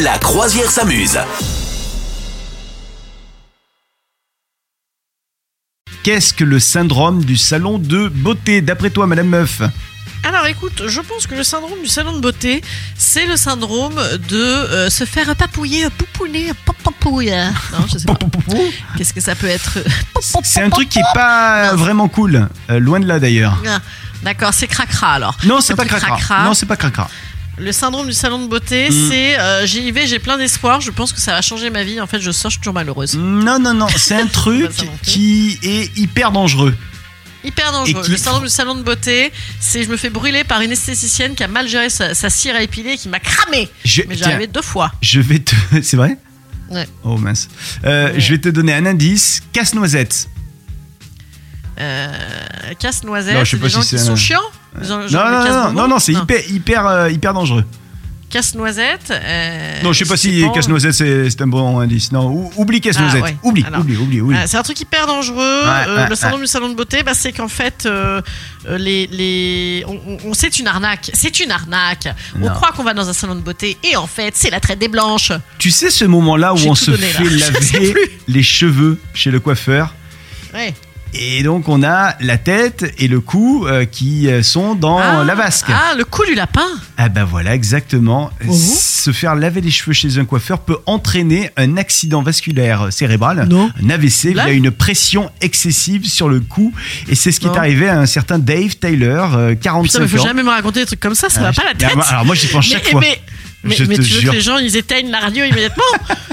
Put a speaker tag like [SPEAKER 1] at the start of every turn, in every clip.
[SPEAKER 1] La croisière s'amuse.
[SPEAKER 2] Qu'est-ce que le syndrome du salon de beauté, d'après toi, Madame Meuf
[SPEAKER 3] Alors écoute, je pense que le syndrome du salon de beauté, c'est le syndrome de euh, se faire papouiller, pouponner, papapouille. Non, je sais pas. Qu'est-ce que ça peut être
[SPEAKER 2] C'est un truc qui est pas vraiment cool, Euh, loin de là d'ailleurs.
[SPEAKER 3] Ah, D'accord, c'est cracra alors.
[SPEAKER 2] Non, c'est
[SPEAKER 3] Un
[SPEAKER 2] pas
[SPEAKER 3] truc
[SPEAKER 2] cracra.
[SPEAKER 3] cracra.
[SPEAKER 2] Non, c'est pas cracra.
[SPEAKER 3] Le syndrome du salon de beauté,
[SPEAKER 2] Mm.
[SPEAKER 3] c'est euh, j'y vais, j'ai plein d'espoir, je pense que ça va changer ma vie. En fait, je sors, je suis toujours malheureuse.
[SPEAKER 2] Non, non, non, c'est un truc
[SPEAKER 3] ça non plus.
[SPEAKER 2] qui est hyper dangereux.
[SPEAKER 3] Hyper
[SPEAKER 2] Et
[SPEAKER 3] dangereux.
[SPEAKER 2] qui-
[SPEAKER 3] Le syndrome du salon de beauté, c'est je me fais brûler par une esthéticienne qui a mal géré sa, sa cire à épiler et qui m'a cramé.
[SPEAKER 2] Je,
[SPEAKER 3] Mais j'ai
[SPEAKER 2] tiens,
[SPEAKER 3] arrivé deux fois.
[SPEAKER 2] je vais te. C'est vrai
[SPEAKER 3] Ouais.
[SPEAKER 2] Oh mince. Euh,
[SPEAKER 3] Ouais.
[SPEAKER 2] Je vais te donner un indice casse-noisette.
[SPEAKER 3] Euh,
[SPEAKER 2] Non,
[SPEAKER 3] casse-noisette,
[SPEAKER 2] je sais
[SPEAKER 3] c'est
[SPEAKER 2] pas
[SPEAKER 3] des
[SPEAKER 2] si
[SPEAKER 3] gens
[SPEAKER 2] c'est
[SPEAKER 3] qui
[SPEAKER 2] un-
[SPEAKER 3] sont chiants.
[SPEAKER 2] Non, non, non, non, non, c'est hyper, hyper, euh, hyper dangereux.
[SPEAKER 3] Casse-noisette. euh,
[SPEAKER 2] non, je sais pas si
[SPEAKER 3] pas.
[SPEAKER 2] casse-noisette c'est c'est un bon indice. Non, ou- oublie casse-noisette.
[SPEAKER 3] Ah, ouais.
[SPEAKER 2] Oublie,
[SPEAKER 3] Alors.
[SPEAKER 2] oublie, oublie, oublie.
[SPEAKER 3] Ah, c'est un truc hyper dangereux. Euh,
[SPEAKER 2] ouais,
[SPEAKER 3] le syndrome du salon de beauté, bah, c'est qu'en fait, euh, euh, les, les... On, on- on- c'est une arnaque. C'est une arnaque.
[SPEAKER 2] Non.
[SPEAKER 3] On croit qu'on va dans un salon de beauté et en fait, c'est la traite des blanches.
[SPEAKER 2] Tu sais ce moment-là où
[SPEAKER 3] J'ai
[SPEAKER 2] on
[SPEAKER 3] tout
[SPEAKER 2] se
[SPEAKER 3] donné, là.
[SPEAKER 2] fait
[SPEAKER 3] Je sais
[SPEAKER 2] laver
[SPEAKER 3] plus.
[SPEAKER 2] les cheveux chez le coiffeur
[SPEAKER 3] Ouais.
[SPEAKER 2] et donc on a la tête et le cou euh, qui euh, sont dans la vasque. Ah.
[SPEAKER 3] Ah, le coup du lapin.
[SPEAKER 2] bah voilà exactement.
[SPEAKER 3] Oh.
[SPEAKER 2] Se faire laver les cheveux chez un coiffeur peut entraîner un accident vasculaire cérébral,
[SPEAKER 3] Non.
[SPEAKER 2] un AVC
[SPEAKER 3] Là
[SPEAKER 2] via une pression excessive sur le cou et c'est ce qui
[SPEAKER 3] Non.
[SPEAKER 2] est arrivé à un certain Dave Taylor, euh, 45
[SPEAKER 3] Putain, mais faut
[SPEAKER 2] ans.
[SPEAKER 3] jamais me raconter des trucs comme ça, ça
[SPEAKER 2] Ah,
[SPEAKER 3] va pas la
[SPEAKER 2] mais
[SPEAKER 3] tête.
[SPEAKER 2] moi- Alors moi j'y pense chaque
[SPEAKER 3] mais,
[SPEAKER 2] fois.
[SPEAKER 3] mais, mais-
[SPEAKER 2] Je
[SPEAKER 3] mais
[SPEAKER 2] te
[SPEAKER 3] tu veux
[SPEAKER 2] jure.
[SPEAKER 3] que les gens ils éteignent la radio immédiatement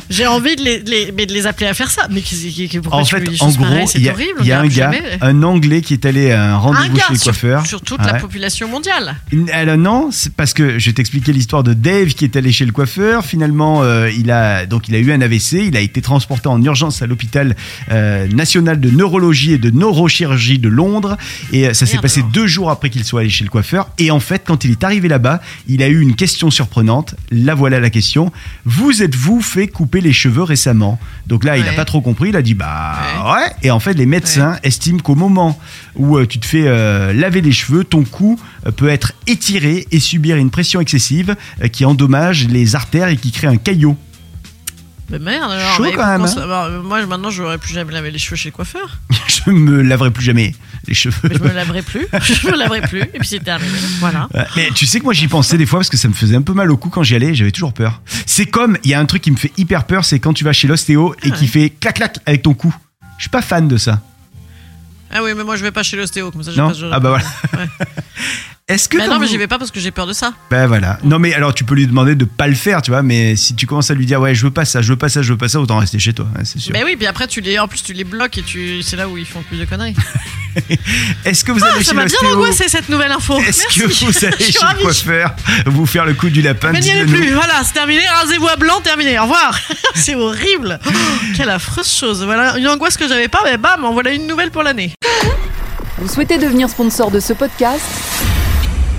[SPEAKER 3] J'ai envie de les, de les- mais de les appeler à faire ça. Mais qu'ils- qu'ils- qu'ils- pourquoi
[SPEAKER 2] En
[SPEAKER 3] tu
[SPEAKER 2] fait,
[SPEAKER 3] fais des
[SPEAKER 2] en
[SPEAKER 3] choses
[SPEAKER 2] gros,
[SPEAKER 3] pareilles
[SPEAKER 2] il y
[SPEAKER 3] c'est
[SPEAKER 2] a,
[SPEAKER 3] horrible,
[SPEAKER 2] il y a
[SPEAKER 3] on
[SPEAKER 2] un
[SPEAKER 3] n'y
[SPEAKER 2] gars,
[SPEAKER 3] arrive jamais.
[SPEAKER 2] un anglais qui est allé à un
[SPEAKER 3] un
[SPEAKER 2] rendez-vous
[SPEAKER 3] gars
[SPEAKER 2] chez le
[SPEAKER 3] sur,
[SPEAKER 2] coiffeur.
[SPEAKER 3] sur toute
[SPEAKER 2] Ouais.
[SPEAKER 3] la population mondiale.
[SPEAKER 2] Alors non, c'est parce que je vais t'expliquer l'histoire de Dave qui est allé chez le coiffeur. Finalement, euh, il a donc il a eu un AVC. Il a été transporté en urgence à l'hôpital euh, national de neurologie et de neurochirurgie de Londres. Et euh, ça s'est
[SPEAKER 3] Merde,
[SPEAKER 2] passé
[SPEAKER 3] alors.
[SPEAKER 2] deux jours après qu'il soit allé chez le coiffeur. Et en fait, quand il est arrivé là-bas, il a eu une question surprenante. La voilà la question. Vous êtes-vous fait couper les cheveux récemment Donc là, il n'a
[SPEAKER 3] Ouais.
[SPEAKER 2] pas trop compris. Il a dit bah ouais. Et en fait, les médecins estiment qu'au moment où euh, tu te fais euh, laver les cheveux, ton cou euh, peut être étiré et subir une pression excessive euh, qui endommage les artères et qui crée un caillot.
[SPEAKER 3] Mais merde, alors,
[SPEAKER 2] Chaud
[SPEAKER 3] mais
[SPEAKER 2] quand même, hein.
[SPEAKER 3] pourquoi ça- alors, moi maintenant je n'aurais plus jamais lavé les cheveux chez le coiffeur.
[SPEAKER 2] Je me laverai plus jamais les cheveux.
[SPEAKER 3] Mais je me laverai plus, je me laverai plus, et puis c'est terminé. Voilà.
[SPEAKER 2] Ouais, Mais tu sais que moi j'y pensais des fois parce que ça me faisait un peu mal au cou quand j'y allais, j'avais toujours peur. C'est comme, il y a un truc qui me fait hyper peur, c'est quand tu vas chez l'ostéo et
[SPEAKER 3] Ah
[SPEAKER 2] qui
[SPEAKER 3] ouais.
[SPEAKER 2] fait clac clac avec ton cou. Je suis pas fan de ça.
[SPEAKER 3] Ah oui, mais moi je vais pas chez l'ostéo, comme ça j'ai
[SPEAKER 2] Non
[SPEAKER 3] pas ce genre
[SPEAKER 2] Ah
[SPEAKER 3] de
[SPEAKER 2] bah
[SPEAKER 3] problème.
[SPEAKER 2] Est-ce que
[SPEAKER 3] Mais
[SPEAKER 2] quand
[SPEAKER 3] Bah non, mais
[SPEAKER 2] vous-
[SPEAKER 3] j'y vais pas parce que j'ai peur de ça.
[SPEAKER 2] Ben voilà. Non mais alors tu peux lui demander de pas le faire, tu vois, mais si tu commences à lui dire ouais, je veux pas ça, je veux pas ça, je veux pas ça, autant rester chez toi, hein, c'est sûr.
[SPEAKER 3] Mais oui, puis après tu les, en plus tu les bloques et tu, c'est là où ils font le plus de conneries.
[SPEAKER 2] Est-ce que vous allez
[SPEAKER 3] Ah, Ça
[SPEAKER 2] chez
[SPEAKER 3] m'a bien
[SPEAKER 2] l'ostéo
[SPEAKER 3] angoissé cette nouvelle info.
[SPEAKER 2] Est-ce
[SPEAKER 3] Merci.
[SPEAKER 2] que vous
[SPEAKER 3] Je
[SPEAKER 2] allez
[SPEAKER 3] suis
[SPEAKER 2] chez le
[SPEAKER 3] ravie.
[SPEAKER 2] coiffeur vous faire le coup du lapin
[SPEAKER 3] Mais n'y allez
[SPEAKER 2] dites-le-nous.
[SPEAKER 3] plus, voilà, c'est terminé, rasez-vous à blanc, terminé, au revoir. c'est horrible. Oh, quelle affreuse chose. Voilà, une angoisse que j'avais pas, mais bam, en voilà une nouvelle pour l'année.
[SPEAKER 4] Vous souhaitez devenir sponsor de ce podcast